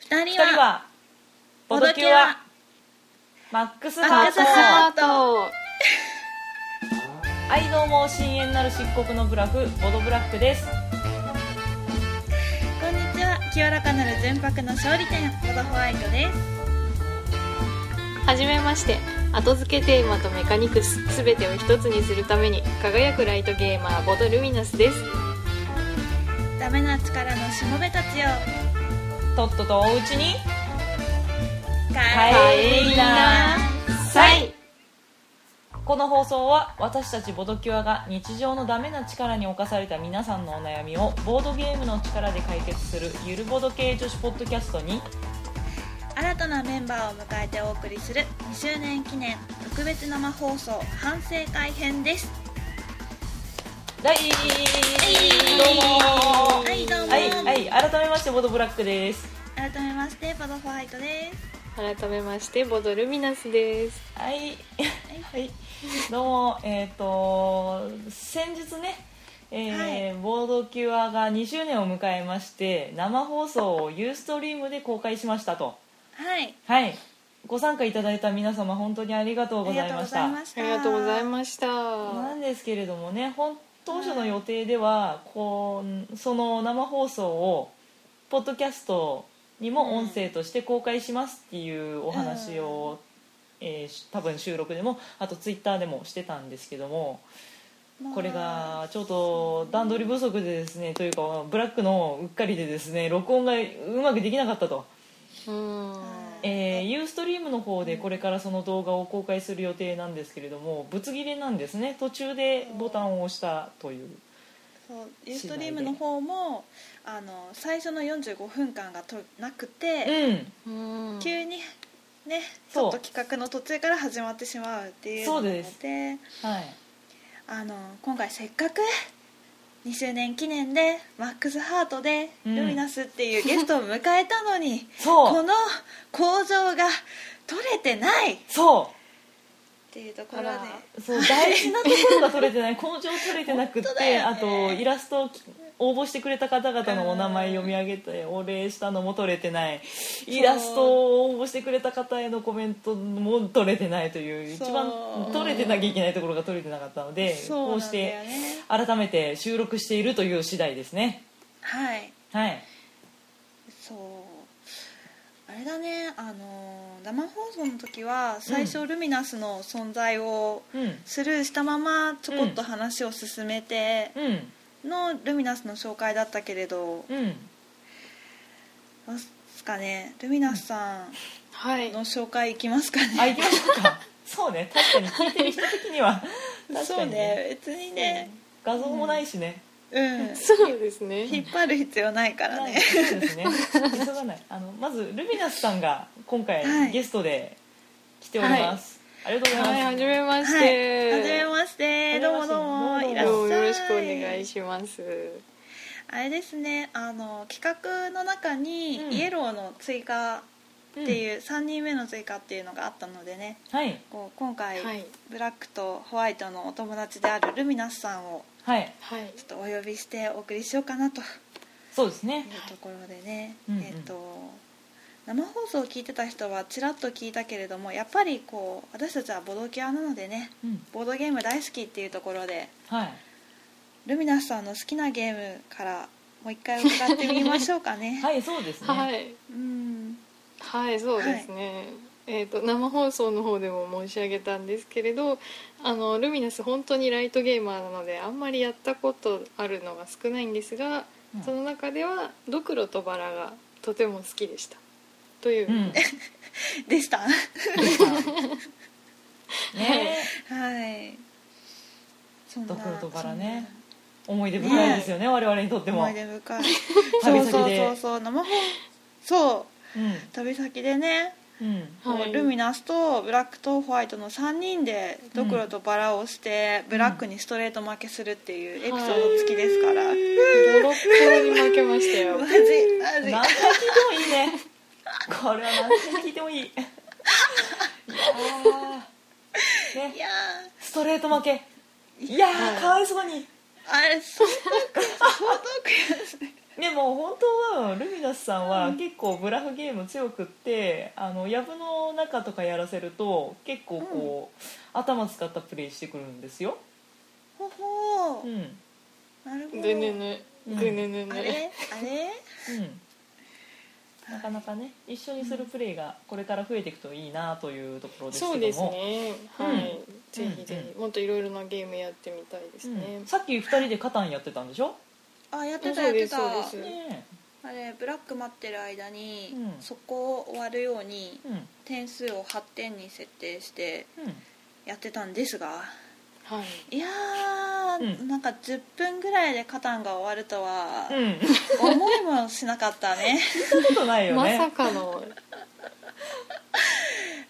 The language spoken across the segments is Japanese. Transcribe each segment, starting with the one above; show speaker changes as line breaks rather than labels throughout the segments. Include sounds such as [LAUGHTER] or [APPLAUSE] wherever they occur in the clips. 二
一
人
人
は
はボドキュアマックスハート
マック
ト
はいどうも深淵なる漆黒のブラフボドブラックです
こんにちは清らかなる純白の勝利点ボドホワイトです
はじめまして後付けテーマとメカニクス全てを一つにするために輝くライトゲーマーボドルミナスです
ダメな力のしもべたちよ
とっととおうちに
帰りな
さい
この放送は私たちボドキュアが日常のダメな力に侵された皆さんのお悩みをボードゲームの力で解決するゆるボド系女子ポッドキャストに
新たなメンバーを迎えてお送りする2周年記念特別生放送反省会編です
第どうも
はいどうも
はい、はい、改めましてボドブラックです
改めましてボドホワイトです
改めましてボドルミナスです
はいはいどうもえっ、と先日ねえーボードキュアが2周年を迎えまして生放送をユーストリームで公開しましたと
はい
はいご参加いただいた皆様本当にありがとうございました
ありがとうござい
す
ました
なんですけれどもね本当初の予定ではこうその生放送をポッドキャストにも音声として公開しますっていうお話を、えーし多分収録でもあとツイッターでもしてたんですけどもこれがちょっと段取り不足でですねというかブラックのうっかりでですね録音がうまくできなかったと。
うん
えー、ユーストリームの方でこれからその動画を公開する予定なんですけれどもぶつ切れなんですね途中でボタンを押したという
そうユーストリームの方もあの最初の45分間がとなく
う
て、
ん
うん
急にねちょ
そう
っと企画の途中から始まってしまうっていうの
そうです
で
はい
あの今回せっかく2周年記念でマックスハートで
うん
ルミナスっていうゲストを迎えたのに、
[LAUGHS] そ
こ
う
の工場が取れてないっ
そ
ていうところで
あら
うそう大事なところが取れてない工場取れてなくっ
本当だ
て、
よ
あ
ね
とイラストを応募してくれた方々のお名前読み上げてお礼したのも取れてないイラストを応募してくれた方へのコメントも取れてないという一番
そう
取れてなきゃいけないところが取れてなかったので
そ
こ
う
う
な
し
んだ
て
よね
改めて収録しているという次第ですね
はい
はい
そうあれだねあの生放送の時は最初ルミナスの存在を
うん
スルーしたままちょこっと話を進めて
うん
のルミナスの紹介だったけれど [LAUGHS]
うん
どうっすかねルミナスさん
はい
の紹介いきますか
あ
ね
行きましょうかそうね確かに聞いてる人的には
[LAUGHS]
確
そ
か
う
に
ね別にね
画像もないしね、
うん
そうですね
引っ張る必要ないから
ない
ね
そうですね急がないあのまずルミナスさんが今
はい
回ゲストで来ております、ありがとうござい
はい
ます、
はじめま
はい
し
は
て、
じめましてどうもどうも
はじ
い
め
ら
まして
っしゃ
ど
どうも
い
よろしくお願いします
あれですねあの企画の中に
うん
イエローの追加
うん
っていう3人目の追加っていうのがあったのでね
はい
こう今回
はい
ブラックとホワイトのお友達であるルミナスさんを
はい
はい
ちょっとお呼びしてお送りしようかなという
そうですね
ところでね、
うんうん
えっ、と生放送を聞いてた人はちらっと聞いたけれどもやっぱりこう私たちはボドキュアなのでね
うん
ボードゲーム大好きっていうところで
はい
ルミナスさんの好きなゲームからもう一回伺ってみましょうかね
[LAUGHS] はいそうですね
はい
うん
はいそうですね、えー、と生放送の方でも申し上げたんですけれどあのルミナス本当にライトゲーマーなのであんまりやったことあるのが少ないんですが、
うん
その中ではドクロとバラがとても好きでしたとい
[LAUGHS]
う、
うん
でしたは
ね
いそんな
ドクロとバラね
そんな
思い出深いですよね我々にとっても
思い出深いそ
旅
う
先
そう
で
そうそう生放そう
う
旅先でね、
んうん
は
こ
い
うルミナスとブラックとホワイトの3人でドクロとバラをして、ブラックにストレート負けするっていうエピソード付きですから、
ドロップに負けましたよ
マジマジ
何回聞いてもいいねこれは何回聞いてもいいいやー
い
ね
や
ストレート負けいやーかわいそうに
ーあれそんなこと相当悔しい
でも本当はルミナスさんは結構ブラフゲーム強くってあの藪の中とかやらせると結構こう、頭使ったプレイしてくるんですよ、
[LAUGHS] ほほ
う
ー
んうん、
なるほど
ぐねね
うん
ぐねね
あ
ね
れあれ
なかなかね一緒にするプレイがこれから増えていくといいなというところですけども
そうですねは
う
い、
ん
ぜひぜ
うん
ひもっといろいろなゲームやってみたいですね
うん、さっき2人でカタンやってたんでしょ、
あやってたや
そう
って
です
た
そうです
ね
あれブラック待ってる間に、
うん
そこを終わるように
えうん
点数を8点に設定して
うん
やってたんですが
はい
いやー、
うん
なんか10分ぐらいでカタンが終わるとは
うん、聞い
思いもしなかった
[LAUGHS]
ね
たことないよ
ま
ね
さかの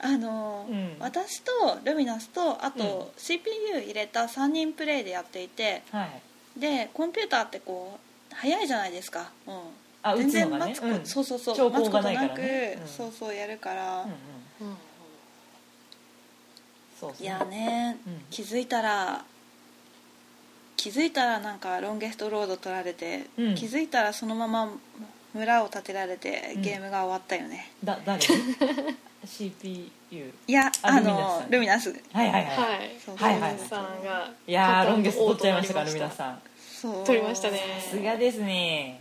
あのー、
うん
私とルミナスとあと CPU 入れた3人プレイでやっていて
はい
でコンピューターってこう早いじゃないですか、う
あ
ん、
打
全
つの
然
が
待
ね
つこ
うん
そうそうそう
兆
待
候
つこ
が
と
ないか
な
ら
く
ねうん
そうそうやるから、
うんうん
うん
そうそう
いやね
うん
気づいたら気づいたらなんかロンゲストロード取られて、
うん
気づいたらそのまま村を建てられて
うん
ゲームが終わったよね、
だ [LAUGHS] 誰 CPU
いや
あ
あの
ル
ルミナス
はいはいはい、
はい
そう
はいはい
ルミナスさんが
い、やーロンゲスト取っちゃいましたか
王
ら
となり
皆さん
そう
取りましたね
さすがですね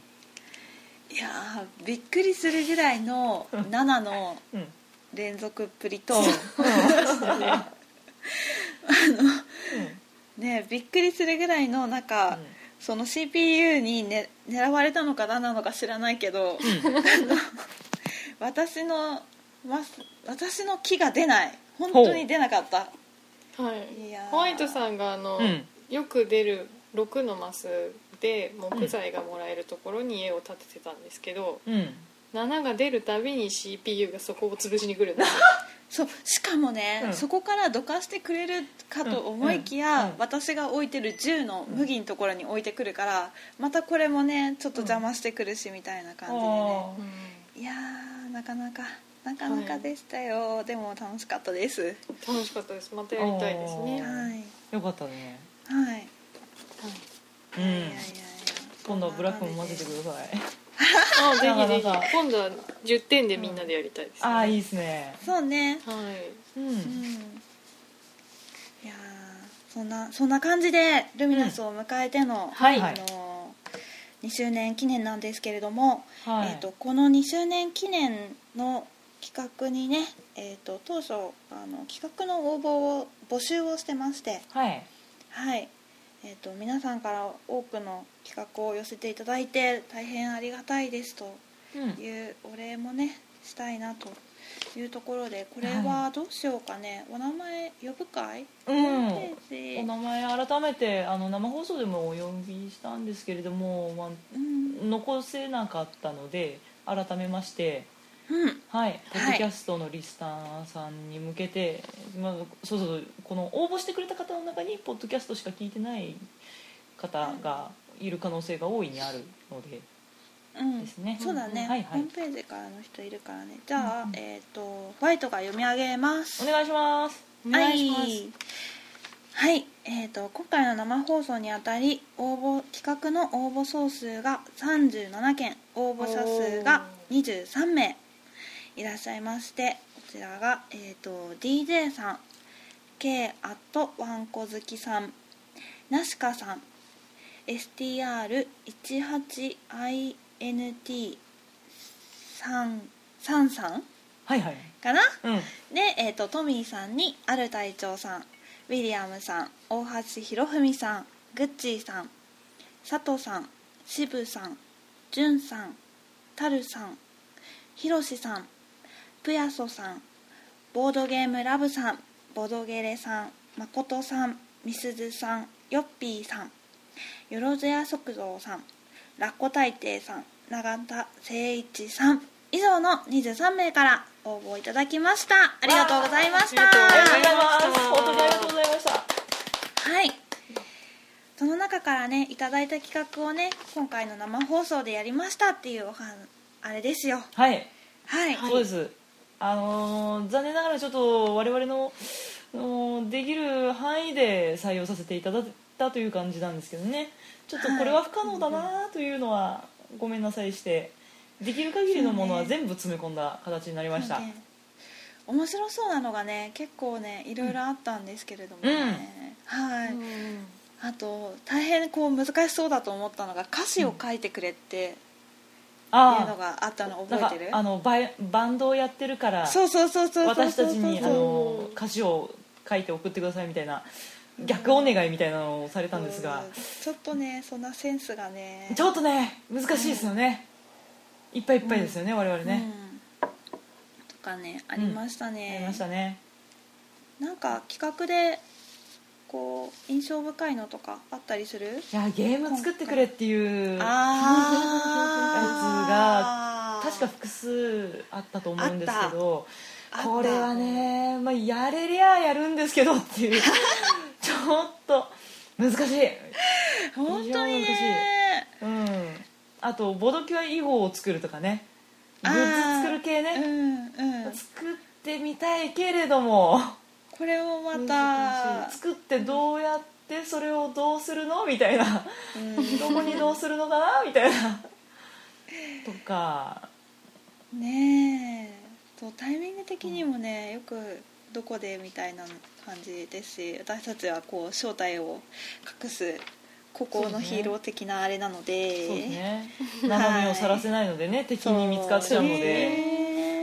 いやーびっくりするぐらいの7の
うんうん
連続っぷり [LAUGHS] とねびっくりするぐらいのなんか、その CPU に、ね、狙われたのか何なのか知らないけど、あの [LAUGHS] 私のマス私の木が出ない本当に出なかった
はい
いやー
ホワイトさんがあの、
うん
よく出る6のマスで木材がもらえるところに家を建ててたんですけど、
うんうん
7が出るたびに CPU がそこを潰しに来るんですよ
そうしかもね、
うん
そこからどかしてくれるかと思いきや、
うんうん
私が置いてる銃の麦のところに置いてくるからまたこれもねちょっと邪魔してくるしみたいな感じでね、
あ
いやーなかなかなかなかでしたよ、でも楽しかったです
楽しかったですまたやりたいですね
うん
は
はい
い
ーよかったね
はい、
う
いやいや
ん
いや
今度はブラックも混ぜてください
あぜひ
な
ぜ
かなか
ひ今度は10点でみんなでやりたいです、ね
ああーいい
い
ですね
そうね
はい
うん
うんいやーそんなそんな感じでルミナスを迎えての、
はい
あのー2周年記念なんですけれども、
はい
えー、とこの2周年記念の企画にね、えー、と当初あの企画の応募を募集をしてまして、
はい
はいえー、と皆さんから多くの企画を寄せていただいて大変ありがたいですと
うん
いうお礼もねしたいなというところでこれ
は
はどうしようかね、お名前呼ぶかい、
うん
ホームペー
お
ジ
名前改めてあの生放送でもお呼びしたんですけれども、まあ、
うん、
残せなかったので改めまして
うん、
はい、ポッドキャストのリスナーさんに向けて、まあ、そうそうこの応募してくれた方の中にポッドキャストしか聞いてない方がいる可能性が大いにあるので、
うん
ですね
そうだね、
はいは
ホ
い
ームページからの人いるからねじゃあ、
うんうん
えっ、とバイトが読み上げます
お願いします
お願いします、
はい、はいえー、と今回の生放送にあたり応募企画の応募総数が37件応募者数が23名いらっしゃいましてこちらが、えー、と DJ さん K アットワンコ好きさんナシカさん STR18INT 3さん
はいはい
かな
うん
で、えー、とトミーさんにある隊長さんウィリアムさん大橋博文さんグッチーさん佐藤さん渋さんじゅんさんタルさんひろしさんプヤソさんボードゲームラブさんボドゲレさんまことさんみすずさんよっぴーさんよろずや食堂さんラッコ大帝さん永田誠一さん以上の23名から応募いただきましたありがとうございました
わあ
ありがとうご
り
ざい
が
ます本当にありがと
とうございます
うございました
はいその中からねいただいた企画をね今回の生放送でやりましたっていうおはあれですよ
はい
はい、
そうですあのー残念ながらちょっと我々の、あのーできる範囲で採用させていただいたという感じなんですけどねちょっとこれは不可能だなというのはごめんなさいしてできる限りのものは全部詰め込んだ形になりました、
そうね面白そうなのがね結構ねいろいろあったんですけれどもね、はい、あと大変こう難しそうだと思ったのが歌詞を書いてくれっていうの
あ
があったの
あなん
覚
か
えてる
あのバイバンドをやってるから
そうそうそうそうそうそう
私たちにあの
そう
歌詞を書いて送ってくださいみたいな逆お願いみたいなのをされたんですが
う、ちょっとねそんなセンスがね
ちょっとね難しいですよね、いっぱいいっぱいですよね、我々ね、
うんとかねありました
あ
ね、
りましたね
なんか企画でこう印象深いのとかあったりする
いやゲーム作ってくれっていう
あー
確か複数あったと思うんですけど
あった
これはね、まあ、やれりゃやるんですけどっ
[LAUGHS]
ていうちょっと難しい、
本当にね
うん、あとボドキュア囲碁を作るとかねグ
あー
ッズ作る系
うん
ね、
うん
作ってみたいけれども
これもま
難
た
しい作ってどうやってそれをどうするのみたい [LAUGHS] な
うん
どこにどうするのかなみたい [LAUGHS] なとか
ねえそうタイミング的にもねよくどこでみたいな感じですし私たちはこう正体を隠す孤高のヒーロー的なあれなので
そうですね生身をさらせないのでね、敵
そう
に見つかっちゃうので
ね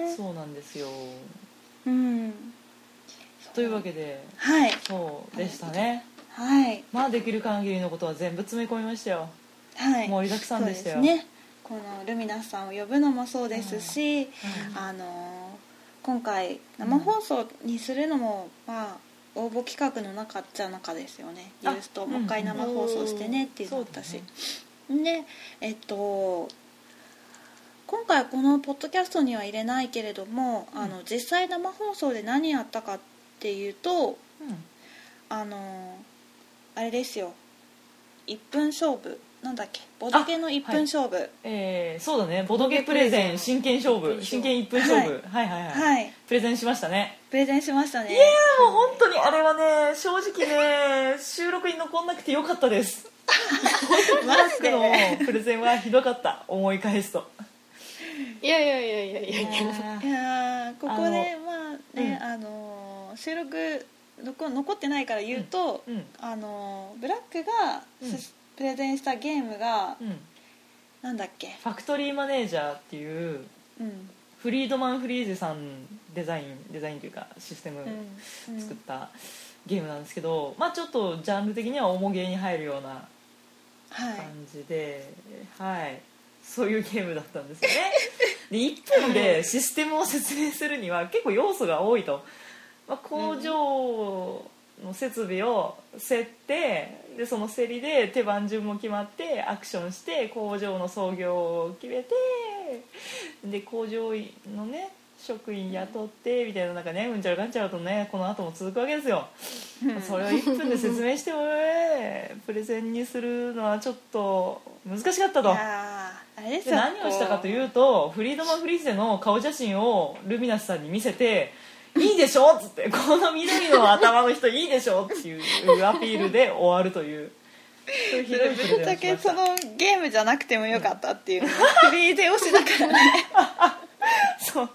え
そうなんですよ
うん
というわけで
はい
そうでしたね
はい
まあできる限りのことは全部詰め込みましたよ
はい
盛りだくさんでしたよ
そうですねこのルミナスさんを呼ぶのもそうですし、あの今回生放送にするのも、まあ応募企画の中じゃ中ですよね
あ
ユースともう一回生放送してねっていうのだったし、でえっと今回このポッドキャストには入れないけれども、あの実際生放送で何やったかっていうと
うん
あのあれですよ1分勝負なんだっけボドゲの1分勝負、
えーそうだねボドゲプレゼン真剣勝負真剣一分勝負、はい、はいはい
はい、
プレゼンしましたね
プレゼンしましたね
いやもう本当にあれはね正直ね収録に残んなくてよかったです
[LAUGHS] マジで
のプレゼンはひどかった思い返すと
いやいやいやいやいや
い
いや
やーここでまあね、
うん
あのー収録残残ってないから言うと、
うんうん
あのーブラックがす、
うん
プレゼンしたゲームが、
うん
なんだっけ、
ファクトリーマネージャーっていう
うん
フリードマン・フリーゼさんデザインデザインというかシステム
うん
作ったゲームなんですけど、まあちょっとジャンル的には重げに入るような
はい
感じではい、そういうゲームだったんですよ
[LAUGHS]
ねで1分でシステムを説明するには結構要素が多いと、まあ、工場の設備を競ってでその競りで手番順も決まってアクションして工場の操業を決めてで工場のね職員雇ってみたいななんかねうんちゃらかんちゃらとねこの後も続くわけですよ
うん
それを1分で説明してもねプレゼンにするのはちょっと難しかった
い
と
やーあれです
で
よ
何をしたかと
う
いうとフリードマン・フリーゼの顔写真をルミナスさんに見せて「いいでしょ」っ
[LAUGHS]
つって「この緑の頭の人いいでしょ」っていうアピールで終わるというそういうひ
ぶ
どいプレゼン
っ
を
ちゃ
し
け
まし
そ
た
のゲームじゃなくてもよかったっていう、
[LAUGHS]
フリーゼ推しだからね
そう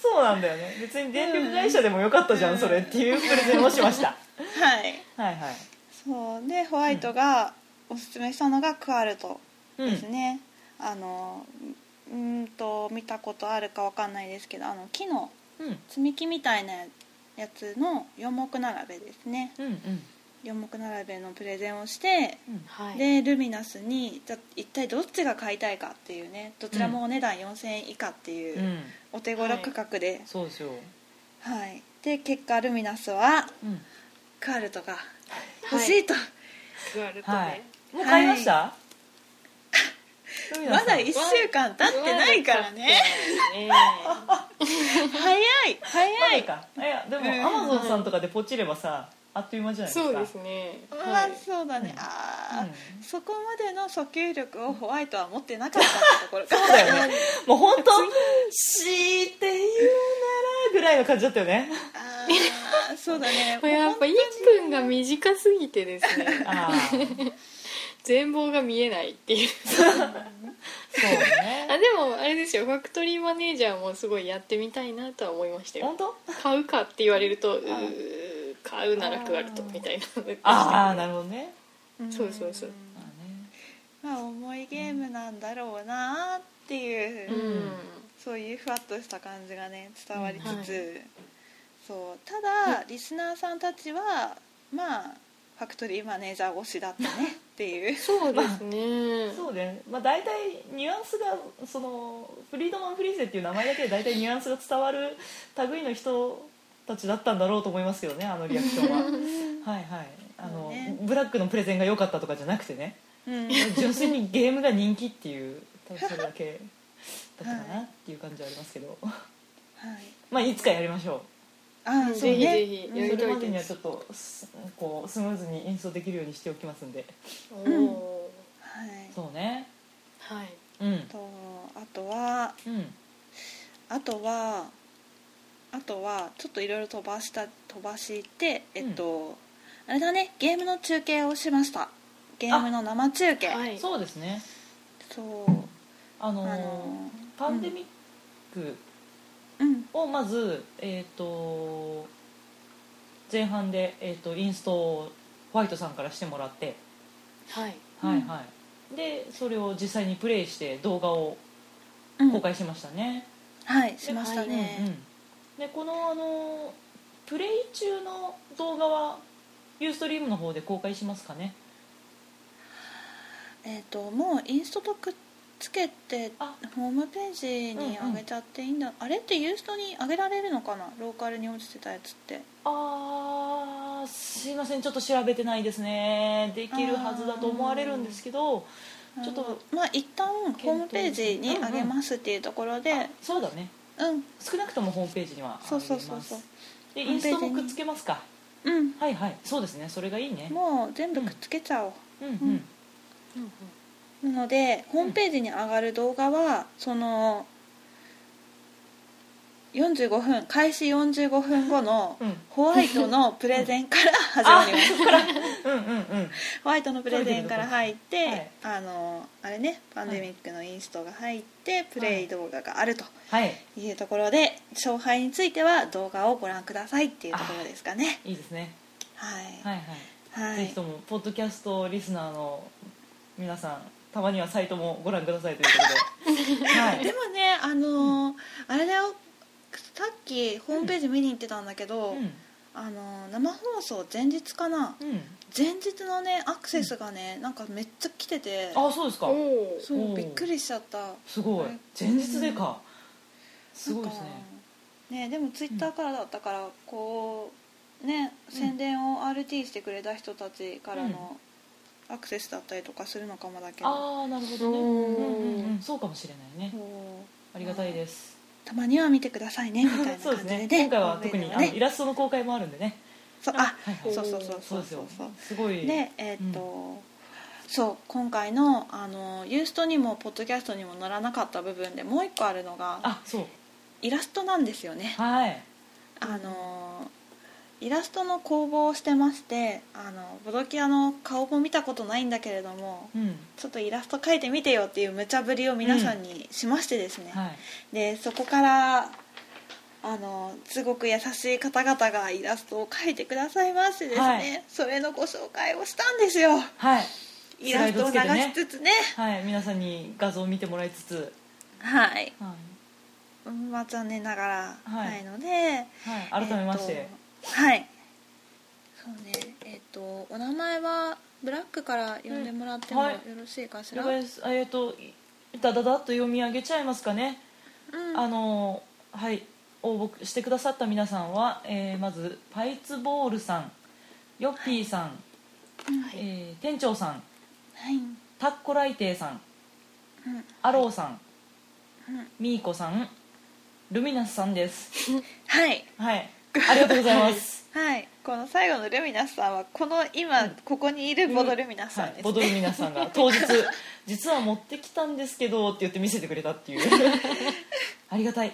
そうなんだよね別に電力会社でもよかったじゃんそれっていうプレゼンをしました
はい
はいはい
そうでホワイトがおすすめしたのがクアルト
うん
ですね、あのうーんと見たことあるかわかんないですけどあの木の
うん
積み木みたいなやつの四目並べですね
うんうん
四目並べのプレゼンをして、
うん
はい
でルミナスにじゃあ一体どっちが買いたいかっていうねどちらもお値段4000円以下っていううんお手頃価格で、
そうですよ
はいで結果ルミナスは
うん
クアルトが欲しいと、
座るとね、
はい。もう買いました。
まだ1週間経ってないからね
[LAUGHS]
ね
早い早
早い
い
か。いやでも
うん
アマゾンさんとかでポチればさ、あっという間じゃないですか。
そうですね、
ま
は
あ
い、
そうだね、
うん
ああ、
うん
そこまでの訴求力をホワイトは持ってなかったってところか
そうだよね。もう本当強いて言うならぐらいの感じだったよね。
ああそうだね
[LAUGHS]
[LAUGHS]
これやっぱ1分が短すぎてですね
ああ。
全貌が見えないっていう
そう
あ
ね
でもあれですよファクトリーマネージャーもすごいやってみたいなとは思いましたよ
本当
買うかって言われるとうー買うならクワルトみたいな
ああなるほどね
うん
そうそうそう
まあね
まあ重いゲームなんだろうなっていう、
うん、
そういうふわっとした感じがね伝わりつつ、
う
そうただ、リスナーさんたちはまあファクトリーマネージャー越しだったねって
[LAUGHS]
いう
そうですね、
そうね、まあ、大体ニュアンスがそのフリードマン・フリーゼっていう名前だけで大体ニュアンスが伝わる類の人たちだったんだろうと思いますけどねあのリアクションははいはいあ
そ
の、
うね
ブラックのプレゼンが良かったとかじゃなくてね
うん
純粋にゲームが人気っていう多分それだけだったかなっていう感じはありますけど
はい
まあいつかやりましょ
あ
うん
そう
ぜひぜ
ね
ひ
う
や
そ
り
れ
た
ま
い
でには
で
ちょ
す
っとすこうスムーズに演奏できるようにしておきますんで
おお
はい
そうね
ーはい
うん
とあとは
うん
あとはあとはちょっといろいろ飛ばした飛ばしてえっと、あれだねゲームの中継をしましたゲームの生中継、
はい
そうですね
そう
あのー
あのー
パンデミック
うん
をまず、えっ、と前半で、えー、とインストをホワイトさんからしてもらって、
はい
はいはいでそれを実際にプレイして動画を
うん
公開しましたね、
はいしました
うんう
ね
んでこの、あのープレイ中の動画はユーストリームの方で公開しますかね
えっ、ともうインストとくっつけて
あ
ホームページに上げちゃっていいんだ、あれってユーストに上げられるのかなローカルに落ちてたやつって
あーすいませんちょっと調べてないですねできるはずだと思われるんですけどちょっと
あのまあ一旦ホームページに上げますっていうところで
あそうだね
うん
少なくともホームページには
そ
上
う
げ
そう
ます
そうそう
で
ホー
イン
ムペー
ス
ジ
ト
に
もくっつけますか
うん
はいはいそうですねそれがいいね
もう全部くっつけちゃおう、
うんうん、
うん
うんうん
なのでホームページに上がる動画はその45分開始45分後の
うん
ホワイトのプレゼンから始まります
うんうんうん
ホワイトのプレゼンから入って、
はい
あのあれねパンデミックのインストが入ってプレイ動画があると
はい
いうところで勝敗については動画をご覧くださいっていうところですかね
いいですね
はい
はいはい、
は
ぜ
い
ひともポッドキャストリスナーの皆さんたまにはサイトもご覧くださいという
[LAUGHS]
ことではい
でもねあのーあれだよさっきホームページ見に行ってたんだけど、
うん
あのー生放送前日かな
うん
前日のねアクセスがね、なんかめっちゃ来てて
あそうですか
おお
そ
お
う
ー
びっくりしちゃった
すごい
はい
前日でか、すごいですね
なんかねでもツイッターからだったから、こうね宣伝を RT してくれた人たちからのアクセスだったりとかするのかもだけど、
ああなるほどね
うん
うんうんうんそうかもしれないね
そう
ありがたいです
たまには見てくださいねみたいな
そ
感
うです
じで
ね
ね
今回は特に、あのイ
ね、
ラストの公開もあるんでね
そうあ
はいはい
そうそうそう
そ
そうう
です
そう
よ
そう
すごい
でえーっと、そう今回のあのユーストにもポッドキャストにも載らなかった部分でもう一個あるのが
あそう
イラストなんですよね
はい
あのイラストの工房をしてましてあのボドキアの顔も見たことないんだけれども
うん
ちょっとイラスト描いてみてよっていう無茶ぶりを皆さんにしましてですね、
はい
でそこからあのすごく優しい方々がイラストを描いてくださいましてですね、
はい
それのご紹介をしたんですよ
はい
イラストを流しつつね
はい皆さんに画像を見てもらいつつ
はい
は
まあ残念ながら
はい
ないので、
い、はい、改めまして、
えっとはいそうねえっ、とお名前はブラックから呼んでもらっても
うんは
よ
い
ろしいかし
了
ら、
解ですえっ、とダダダっと読み上げちゃいますかね、
うん
あのはい応募してくださった皆さんは、えーまずパイツボールさんヨッピーさん、
はい
えー店長さん
はい
タッコライテイさん
うん
アローさん
うん
ミーコさんルミナスさんです
はい
はいありがとうございます
はいこの最後のルミナスさんはこの今ここにいるボドルミナスさん
は
で
い、
す
ボ
ね、
ドルミナさんが当日実は持ってきたんですけどって言って見せてくれたっていうありがたい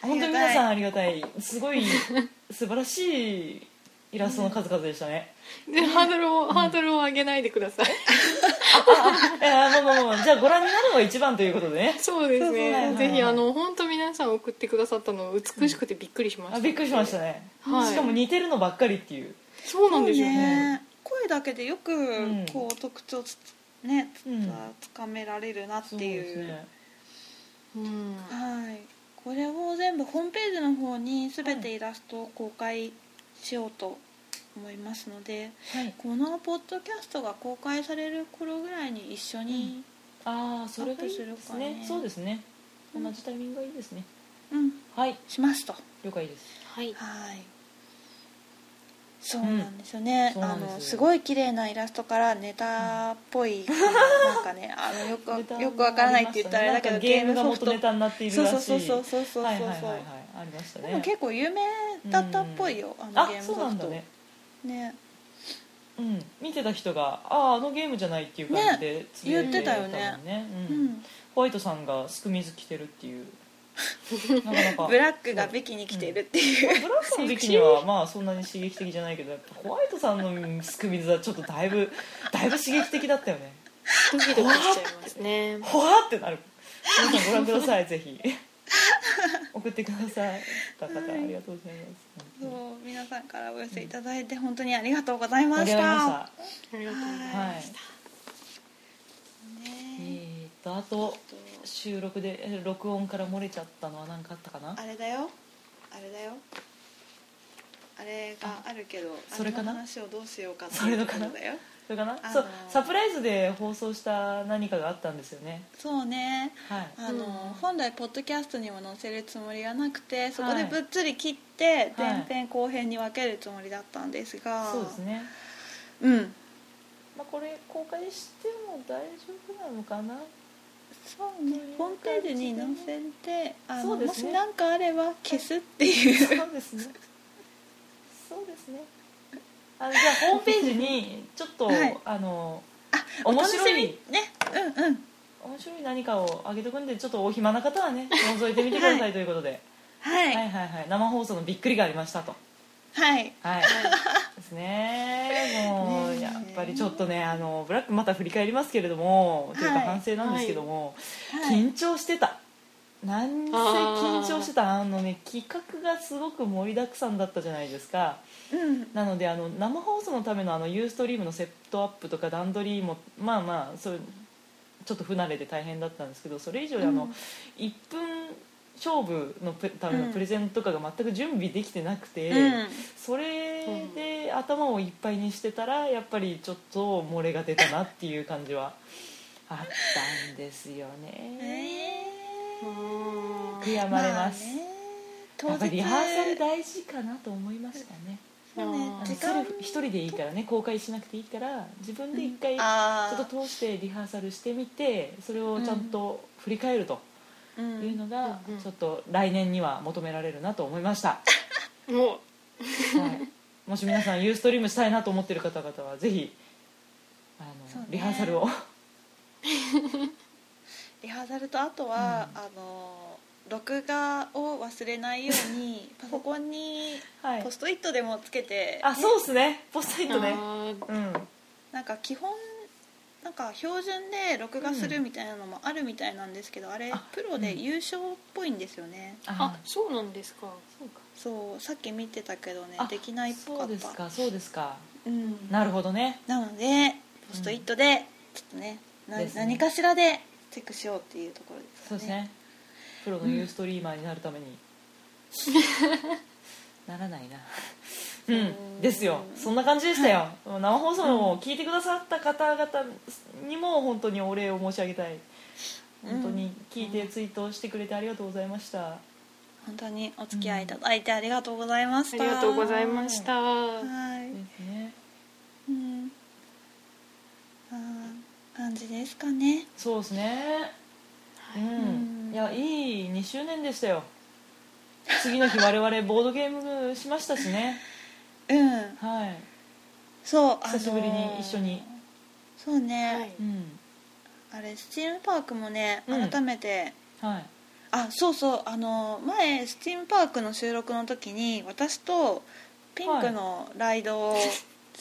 本当に皆さんありがたいすごい素晴らしいイラストの数々でしたね、
でハードルを、ハードルを上げないでください
いやまあまあまあじゃあご覧になるのが一番ということでね
そうです
そうそうは
ね
い
ぜひあの本当皆さん送ってくださったの美しくてびっくりしました、
あびっくりしましたね、
はい
しかも似てるのばっかりっていう、
そうなんですよね
ね
声だけでよく
ん
こう特徴つつねつ
うん
つかめられるなっていう,、
うん
はいこれを全部ホームページの方に全てイラストを公開しようと思いますので、
はい、
このポッドキャストが公開される頃ぐらいに一緒に、
ああそれがいい
アッ
で
プす
す
るか
ね
ね
そうですね
うん
同じタイミングがいいですね
うん
はい
しますと
了解です
はい
はいそうなんですよね、
うん
あ
そうなん
の
ですよ
すごい綺麗なイラストからネタっぽい、なんかねあのよ
ネ
く
タも
よくわからないって言ったらあれだけ
な
ど
んかゲームが
ソ
も
フ
っ
ト
とネタになっている
そう
らし
そ
いう
そうそうそうそうそう
はいはいはいはいありました
でも
ね
結構有名だったっぽいよ、あ
あ
のゲームソ
そう
フト
なんだね
ね
うん、見てた人が「あああのゲームじゃない」っていう感じでつぶやい
言ってたよね
もんね
う
うん
ん、
ホワイトさんがすく水着てるって
[LAUGHS]
いうなかなか
ブラックがビキに来てるっていう、
ブラックの時にはまあそんなに刺激的じゃないけどやっぱホワイトさんのすく水はちょっとだいぶだいぶ刺激的だったよね
ドキドキしちゃいますね
ほわってなる皆さんご覧くださいぜひ
[LAUGHS]
送ってくださいた方、
はい
ありがとうございます
そう
本
皆さんからお寄せいただいて本当にありがとうござい
当に
ま
盛り
し
上がりましたた
ありがとうございます
はいえ
ね
ーっとあと収録でえ録音から漏れちゃったのは何かあったかな
あれだよあれだよあれがあるけど
それかな
あの話をどうしようかって
それ
いう
の
とこ
か
ろ
な
だよ
それかな、
あのー
そうサプライズで放送した何かがあったんですよね
そうね
はい
あの、
うん
本来ポッドキャストにも載せるつもりがなくてそこ
は
で
い
ぶっつり切って、
はい
前編後編に分けるつもりだったんですが
そうですね、
うん
まあ、これ公開しても大丈夫なのかな
そうねホームページに載せてあ
そ
の、
うで
も
す
し
ね
何かあれば消すっていう、
そうですねそうですねあのじゃあホームページにちょっと、
はい
あの
[LAUGHS] お
面
楽し
白
み
い
ねうんうん
面白い何かをあげとくんでちょっとお暇な方はね覗いてみてくださ
はい
ということで、
はい
は、
はいい、
はいはい生放送のびっくりがありましたとはいですねも
ね
う
え
やっぱりちょっとねあのブラックまた振り返りますけれども、というか
はい
反省なんですけども、
はい
緊張してた何せ緊張してたあのね企画がすごく盛りだくさんだったじゃないですか
うん
なのであの生放送のためのあのユーストリームのセットアップとか段取りもまあまあそうちょっと不慣れで大変だったんですけどそれ以上にあの、
うん
1分勝負のプためのプレゼンとかが全く準備できてなくて、
うん
それで頭をいっぱいにしてたらやっぱりちょっと漏れが出たなっていう感じはあったんですよね、
え
うん
悔や
ー
まれます、
あね
や
当
っ
日
ぱりリハーサル大事かなと思いましたね
そうね
あの
時
セル
間
フ一人でいいからね公開しなくていいから自分で一回ちょ
あー
っと通してリハーサルしてみてそれをちゃんと振り返ると
う
いうんのが
うんうん
ちょっと来年には求められるなと思いました、は
も
い、もし皆さんユーストリームしたいなと思ってる方々はぜひあ
そ
の、
うね
リハーサルを
リハーサルとあとは、
うん
あの録画を忘れないようにパソコンに
はい
ポストイットでもつけて、
あそうですねポストイ
う
ットね
あー
うん
なんか基本なんか標準で録画するみたいなのもあるみたいなんですけど、あれ
あ
プロで優勝っぽいんですよね、
あそうなんですか
そうか
そうさっき見てたけどね
あ
できないっぽか
そう
った
ですかそうですか
うん、
なるほどね
なのでポストイットでちょっとね,な、
ですね
何かしらでチェックしようっていうところです
そ
かね
うですねプロのユーストリーマーになるた [LAUGHS] めに、ならないなうんですよそんな感じでしたよ、生放送を聞いてくださった方々にも本当にお礼を申し上げたい本当に聞いてツイートしてくれてありがとうございました、
本当にお付き合いいただいてありがとうございまし
あ
た、
りがとうございました
はい
ですね
うんあー感じですかね
そうですねうん、
うん
いやいい2周年でしたよ次の日我々ボードゲームしましたしね
うん
はい
そう
久しぶり
あの
に
ー
一緒に、
そうね、
はい
うん
あれスチームパークもね
うん
改めて、
はい
あそうそうあのー前
[LAUGHS]
スチームパークの収録の時に私とピンクのライドを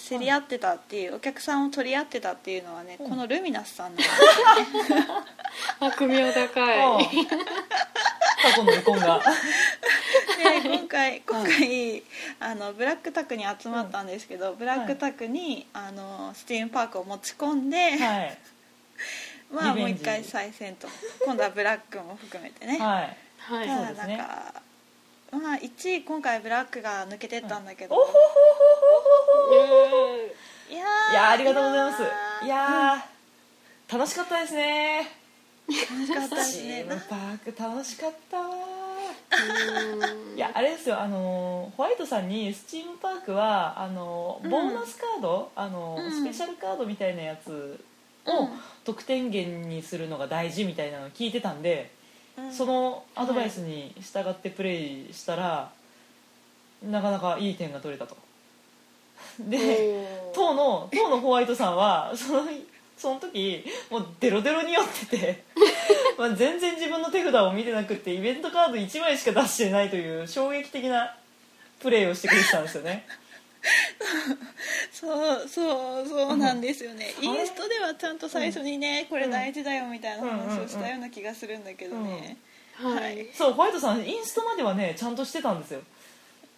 競り合ってたっていうお客さんを取り合ってたっていうのはね、
うん
このルミナスさんなんです
[LAUGHS]
悪名高い
うん過去の離婚が
で今回今回、あのブラックタクに集まったんですけど、ブラックタクに、あのスティームパークを持ち込んで、
はい
まあ
リ
もう
ベンジ
一回再戦と今度はブラックも含めて
[LAUGHS]
ね、
はい
は
た
い
だな
そうです
んか、
ね
まあ1位今回ブラックが抜けてったんだけど、
おほほほほほほ
いや
い
ー
やーありがとうございます
ー
いやー楽しかったですね
楽しかったです
チ
ね
ームパーク楽しかったわ
うん
いやあれですよあのーホワイトさんにスチームパークはあのー
うん
ボーナスカード、あのー
うん
スペシャルカードみたいなやつ
う
を
ん
得点源にするのが大事みたいなのを聞いてたんで、
うん
そのアドバイスに従ってプレイしたら、なかなかいい点が取れたとで
おー
当の当のホワイトさんはそのその時もうデロデロに酔っててまあ全然自分の手札を見てなくってイベントカード1枚しか出してないという衝撃的なプレーをしてくれてたんですよね
そうそうそうなんですよね、インストではちゃんと最初にね、これ大事だよみたいな話をしたような気がするんだけどね、
は
はい
い
そうホワイトさんインストまではねちゃんとしてたんですよ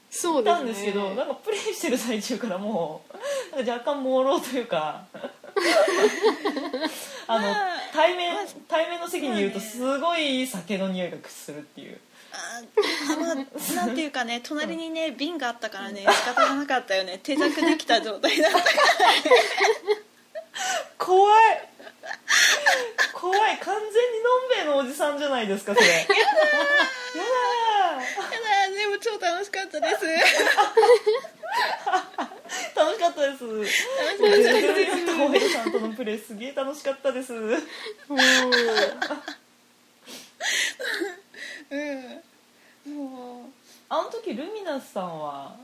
そ
し
うです
た
ね
んですけどなんかプレイしてる最中からもう [LAUGHS] なんか若干朦朧という
[LAUGHS]
かあの
まあ
対面対面の席にいると
まあね
すごい酒の匂いがするっていう
ああまあなんていうかね隣にね瓶があったからね仕方がなかったよね手酌できた状態だった
[LAUGHS] 怖い怖い完全にのんべえのおじさんじゃないですかそれやだ
やだでも超楽しかったです
ー楽しかったです楽し
楽しかっ
ホワイトさんとのプレイすげえ楽しかったです
おー
たうんも
あの時ルミナスさんは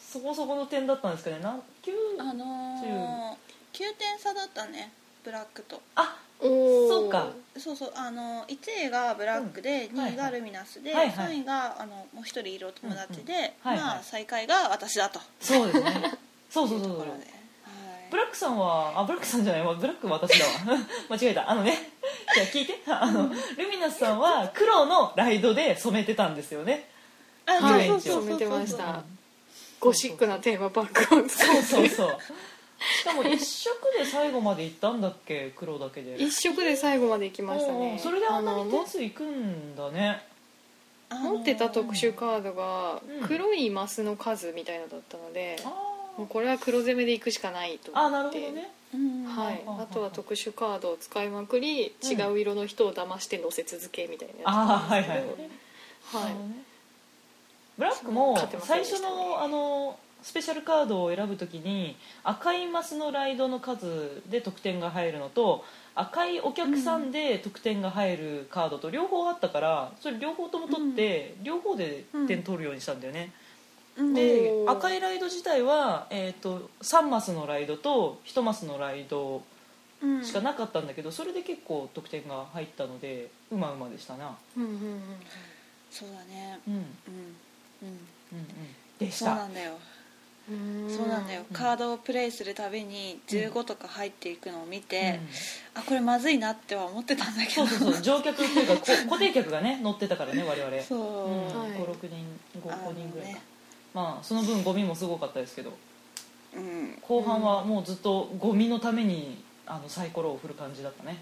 そこそこの点だったんですかねなん九
うあのー、9点差だったねブラックと
あ
お
[LAUGHS]
ー
そうか
そうそうあの1位がブラックで、
うん
2位がルミナスで、
はいはい
3位があのもう1人いるお友達で、
うんはいはい
まあ、最下位が私だと
そうですね
[LAUGHS]
そうそう
と
そう
こ
そう
ろで、
ブ
はい、
ラックさんはあブラックさんじゃないわブラックは私だわ [LAUGHS] 間違えたあのねじゃあ聞いてあのルミナスさんは黒のライドで染めてたんですよね
あ
はい
そう見てまし
そう
た
うん
ゴシックなテーマパークを使
そうそうそうしかも一色で最後まで行ったんだっけ黒だけで
一色で最後まで行きました
おうお
ね
うそれであんなに
のも
点数いくんだね
あのー
持ってた特殊カードが
うん
黒いマスの数みたいなのだったので、
あ
もう
ー
これは黒攻めでいくしかないと思って
あなるほどね
うん
はい、
うん
あとは特殊カードを使いまくり、
うん
違う色の人を騙して乗せ続けみたいなや
あーはいはい、
つ
な
は
いるほどねブラックも
勝てません
最
でした
初
ね
のあのスペシャルカードを選ぶときに赤いマスのライドの数で得点が入るのと赤いお客さんで得点が入るカードと両方あったからそれ両方とも取って、両方で点取るようにしたんだよね、
うん
で
おー
赤いライド自体は、えー、と3マスのライドと1マスのライド
うん
しかなかったんだけど、それで結構得点が入ったのでうまうまでしたな、
うんうんうん
そうだね
うんう
う
ん
んうん
うん、でし
そうな
た
んだよ
うん
そうなんだよ、
うん
カードをプレイするたびに15とか入っていくのを見て
う、ん
あこれまずいなっては思ってたんだけ
そ
ど
うそうそう乗客というかこ固定客がね乗ってたからね我々、
そう
ん
う
はい
56人
あの
5, 人ぐらいか、
ね
まあその分ゴミもすごかったですけど
うん
後半はもうずっとゴミのためにあのサイコロを振る感じだったね、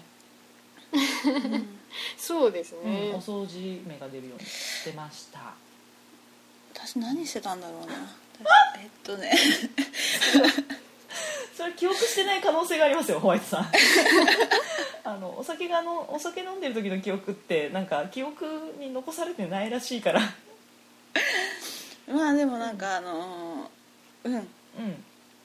うん
そうです
うん
ね、
お掃除目が出るようにしてました
私何してたんだろうなえっとね
それ記憶してない可能性がありますよホワイト
[LAUGHS]
さんあのお酒があのお酒飲んでる時の記憶ってなんか記憶に残されてないらしいから
まあでもなんかあのーうん
うん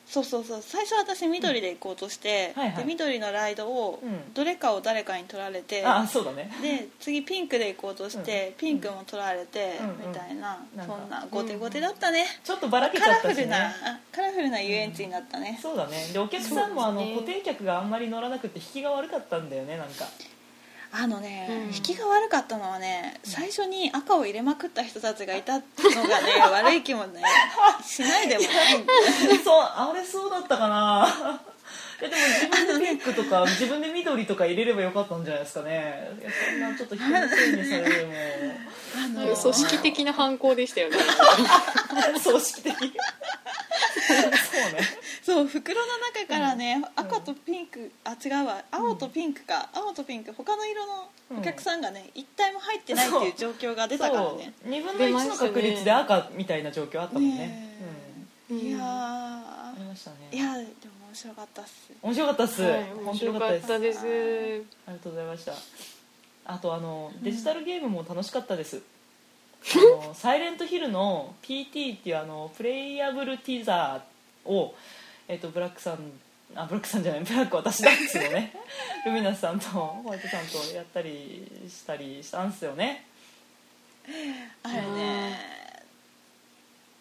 そうそうそう最初私緑で行こうとして、
うんはいはい
で緑のライドを
うん
どれかを誰かに取られて、
あそうだね
で次ピンクで行こうとして、ピンクも取られて、
うん
みたいな、
うん
そん
なん
な
か
後手後手だったね、
ちょっとばらけち
カ
ゃ
ラ
った
フ
しね
ルな、あカラフルな遊園地になったね、
そうだねでお客さんもあ
そう
の
です
[LAUGHS]
ね
固定客があんまり乗らなくて引きが悪かったんだよねなんか
あのね、
うん
引きが悪かったのはね
ん
最初に赤を入れまくった人たちがいたのがね悪い気もねしないでもないんだ
[LAUGHS]
よ
そうあれそうだったかないやでも自分でピンクとか、自分で緑とか入れればよかったんじゃないですかねいやそんなちょっと人のせいにされても
あ
な
の
んか組織的な犯行でしたよね
組織的そうね
そう袋の中からね、赤とピンクあ違うわ青とピンクか、青とピンク他の色のお客さんがね、一体も入ってないっていう状況が出たからね
そう2分の1の確率で赤みたいな状況あったもんね
ね
うん
いや
うん、ありましたね
ーいやでも面白かったっす
面白かったっす、
はい、面
本当
白
よ
かった
です
です
ありがとうございましたあとあのデジタルゲームも楽しかった [LAUGHS] です、あのサイレントヒルの PT っていうあのプレイアブルティザーを、えっとブラックさんあブラックさんじゃないブラック私なんですよ [LAUGHS] ねルミナスさんとホワイトさんとやったりしたりしたんですよね
あれね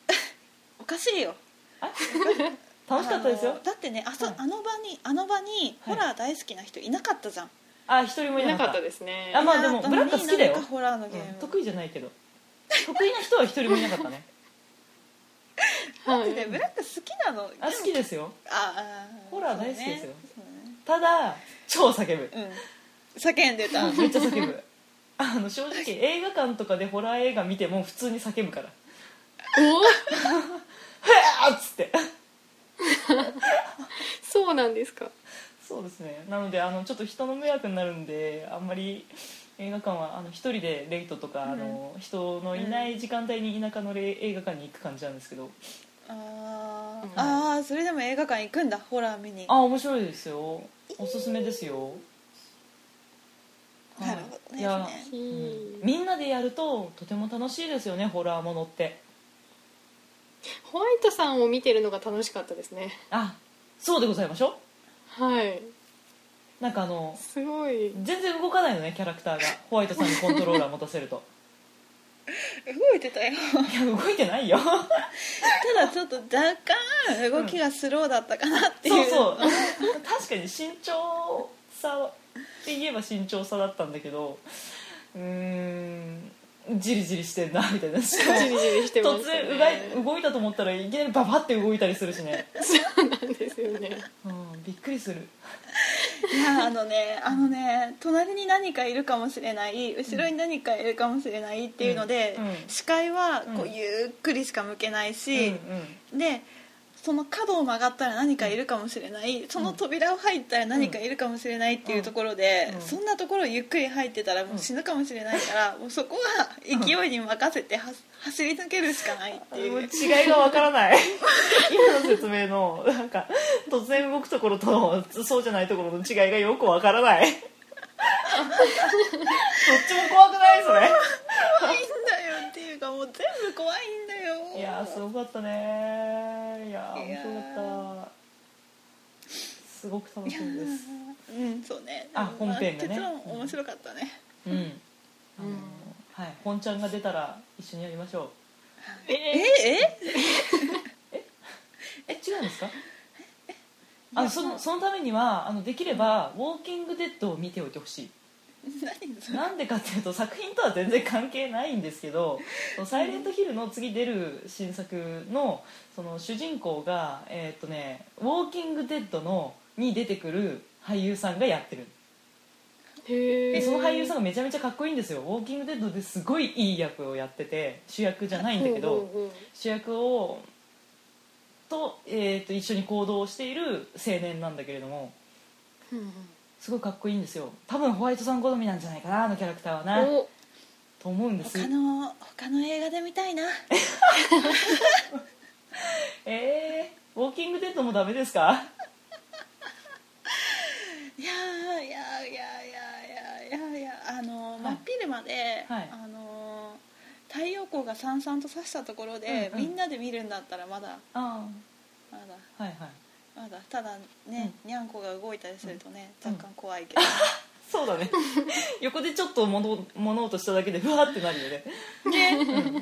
[LAUGHS] おかしいよ
[LAUGHS] 楽しかったです
あ
よ
のだってねあそ、
はい
あの場にあの場に
は
ホ
い
ラー大好きな人いなかったじゃん、
あ一人もい
いな
な
か
か
っ
ったた
ですね
あまあでも
いなかったのに
ブラック好きだよ
なんかホラーのゲーム、
うん得意じゃないけど得意な人は一人もいなかったね
は
でブラック好きなの
あ好きですよ
ああ
ホラー大好きですよ
そうね
ただ超叫ぶ
そうねうん叫んでた、
うんめっちゃ叫ぶ [LAUGHS] あの正直映画館とかでホラー映画見ても普通に叫ぶから「
お
へーっつって
そうなんですか
そうですねなのであのちょっと人の迷惑になるんであんまり映画館はあの一人でレイトとか、あの人のいない時間帯に田舎のれ映画館に行く感じなんですけど
あー、
うん
あーそれでも映画館行くんだホラー見に
あ面白いですよおすすめですよ
なるほどね
いや
ですね
うんみ
み
んなでやるととても楽しいですよねホラーものって
ホワイトさんを見てるのが楽しかったですね
あそうでございましょ
はい。
うなんかあの
すごい。
全然動かないのねキャラクターがホワイトさんにコントローラー持たせると
動いて
[LAUGHS]
たよ
いや動いてないよ
ただちょっと若干動きがスローだったかなっていう、
そうそう確かに身長さって言えば身長さだったんだけどうーんじりじりしてんなみたいなしかも
じりじりしてま
突
したね。
然うがい動いたと思ったらいきなりババって動いたりするしね、
そう [LAUGHS] なんですよね。
うん、びっくりする
い [LAUGHS] やあのねあのね隣に何かいるかもしれない後ろに何かいるかもしれないっていうので、
うんうん
視界はこう
うん
ゆっくりしか向けないし
うん、
でその角を曲がったら何かいるかもしれないその扉を入ったら何かいるかもしれないっていうところで、
うん
そんなところをゆっくり入ってたらもう死ぬかもしれない
[LAUGHS]
から、もうそこは勢いに任せては走り抜けるしかないって
うん、もう
いう。
違いがわからない今の説明のなんか突然動くところとそうじゃないところの違いがよくわからないどっ
怖いん
ちも怖くないですね
だよっていうかもう全部怖いんだよ
いやーすごかったねいやー
いやー
面白かったすごく楽しみです
うんそうね
あ本編がね
結論面白かったね、
うん、あのーはい本ちゃんが出たら一緒にやりましょう
え
え
え
え違うんですかあそのそのためにはあのできれば「ウォーキング・デッド」を見ておいてほし
何そ
い
れ
なんでかっていうと作品とは全然関係ないんですけ [LAUGHS] ど「サイレントヒル」の次出る新作のその主人公がえーっとね「ウォーキング・デッドの」に出てくる俳優さんがやってる
へ
で
え。
その俳優さん
ん
がめちゃめちゃかっこいいんですよ「ウォーキング・デッド」ですごいいい役をやってて主役じゃないんだけど、主役をと,、えーと一緒に行動している青年なんだけれども
うんうん
すごいかっこいいんですよ多分ホワイトさん好みなんじゃないかなあのキャラクターはな
お、
と思うんです
他の他の映画で見たいな
えー、ウォーキングデッドもダメですか
いやーいやーいやーいやーいやーいやーいやーあのー
い
真っ昼間で、
はい
あのー太陽光がさんさんと差したところで、
うんうん
みんなで見るんだったらまだ
あ
まだ
あはいはい
まだただね、にゃんこが動いたりするとね、若干怖いけど、
そうだね [LAUGHS] 横でちょっと物物音しただけでふわってなるよね
ねね
いいねなる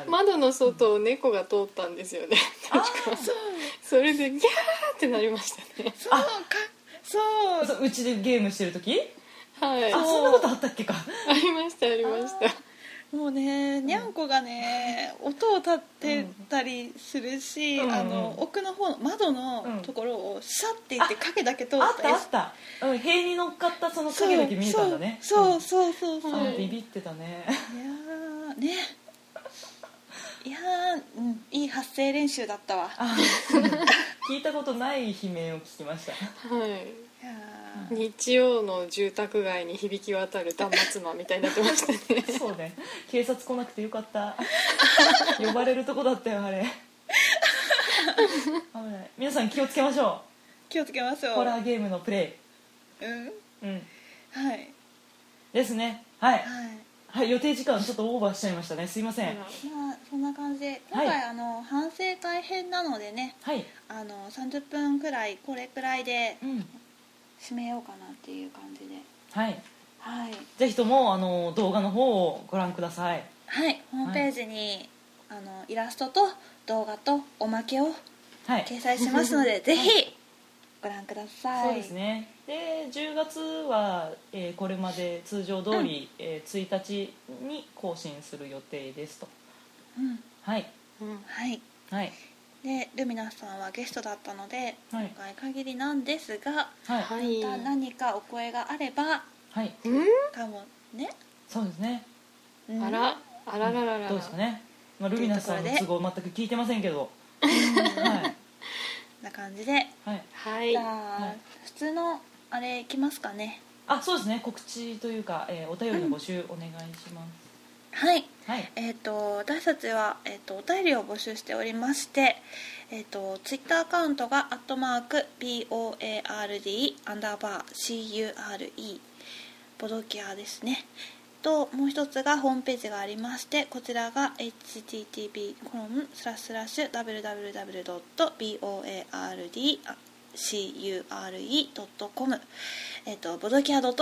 なる、
窓の外を猫が通ったんですよね。
あ
そう
それでギャーってなりましたね。
そうかそう
ーそううちでゲームしてる時
はい
あそんなことあったっけか
ありましたありました
もうねにゃんこがね、音を立てたりするし、
うん
あの
うん
奥の方の窓のところをシャッていって影だけ通っ
あった
た
あった、うん、塀に乗っかったその影だけ見えたんだね
そうそうそうそうそう、
うんあ
い、
ービビってたね
やーねいやー、うん、いい発声練習だったわ
あー [LAUGHS] 聞いたことない悲鳴を聞きました
はい
いやー
日曜の住宅街に響き渡る断末魔みたいになってましたね
そうね警察来なくてよかった
[LAUGHS]
呼ばれるとこだったよあれ危ない皆さん気をつけましょ
気をつけまし
う
ょう
ホラーゲームのプレ
うん
イ、うん、
はい
ですねは
は
い、
い
はい、予定時間ちょっとオーバーしちゃいましたねすいません
まあそんな感じで今
はい
回、あの反省大変なのでね
はい、
あの30分くらいこれくらいで
うん、
締めようかなっていう感じで
はい
はい、
ぜひともあの動画の方をご覧ください
はい、ホームページに、あのイラストと動画とおまけを
はい
掲載しますので、ぜひご覧ください
そうですねで10月は、えーこれまで通常通り、えー1日に更新する予定ですと
うん
はい
うん
はい
はい
でルミナスさんはゲストだったので今
はい
回限りなんですが、
はい、
はい
また何かお声があれば
はい、
うん
かもね、
そうですね
うん
あらあらららら
どうですかね、まあ、ルミナスさんの都合全く聞いてませんけ
[LAUGHS]
ど、はい
な感じで
はい、
はい
じゃあ、
はい
普通のあれいきますかね
あそうですね告知というか、えーお便りの募集お願いします、
はい
はい
えー、と私たちは、えー、とお便りを募集しておりまして、えー、とツイッターアカウントが「アットマーク #BOARD アンダーバー CURE」ボドキアですねともう一つがホームページがありましてこちらが http www.boardcure.com えっとボドキア .com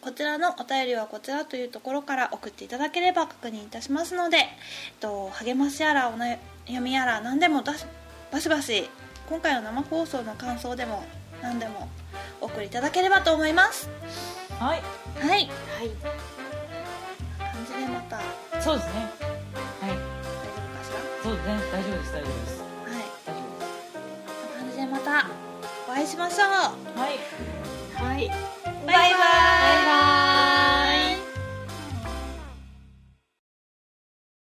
こちらのお便りはこちらというところから送っていただければ確認いたしますので、えっと、励ましやらお悩みやら何でもだしバシバシ今回の生放送の感想でも何でもお送りいただければと思います
はい、
はい
はい
感じでまた
そうですねはい
大丈夫かし
そうですね大丈夫です大丈夫です
らはい
大丈夫で
こんな感じでまたお会いしましょう
すはい
は
バイ
い
バイ
バイバイ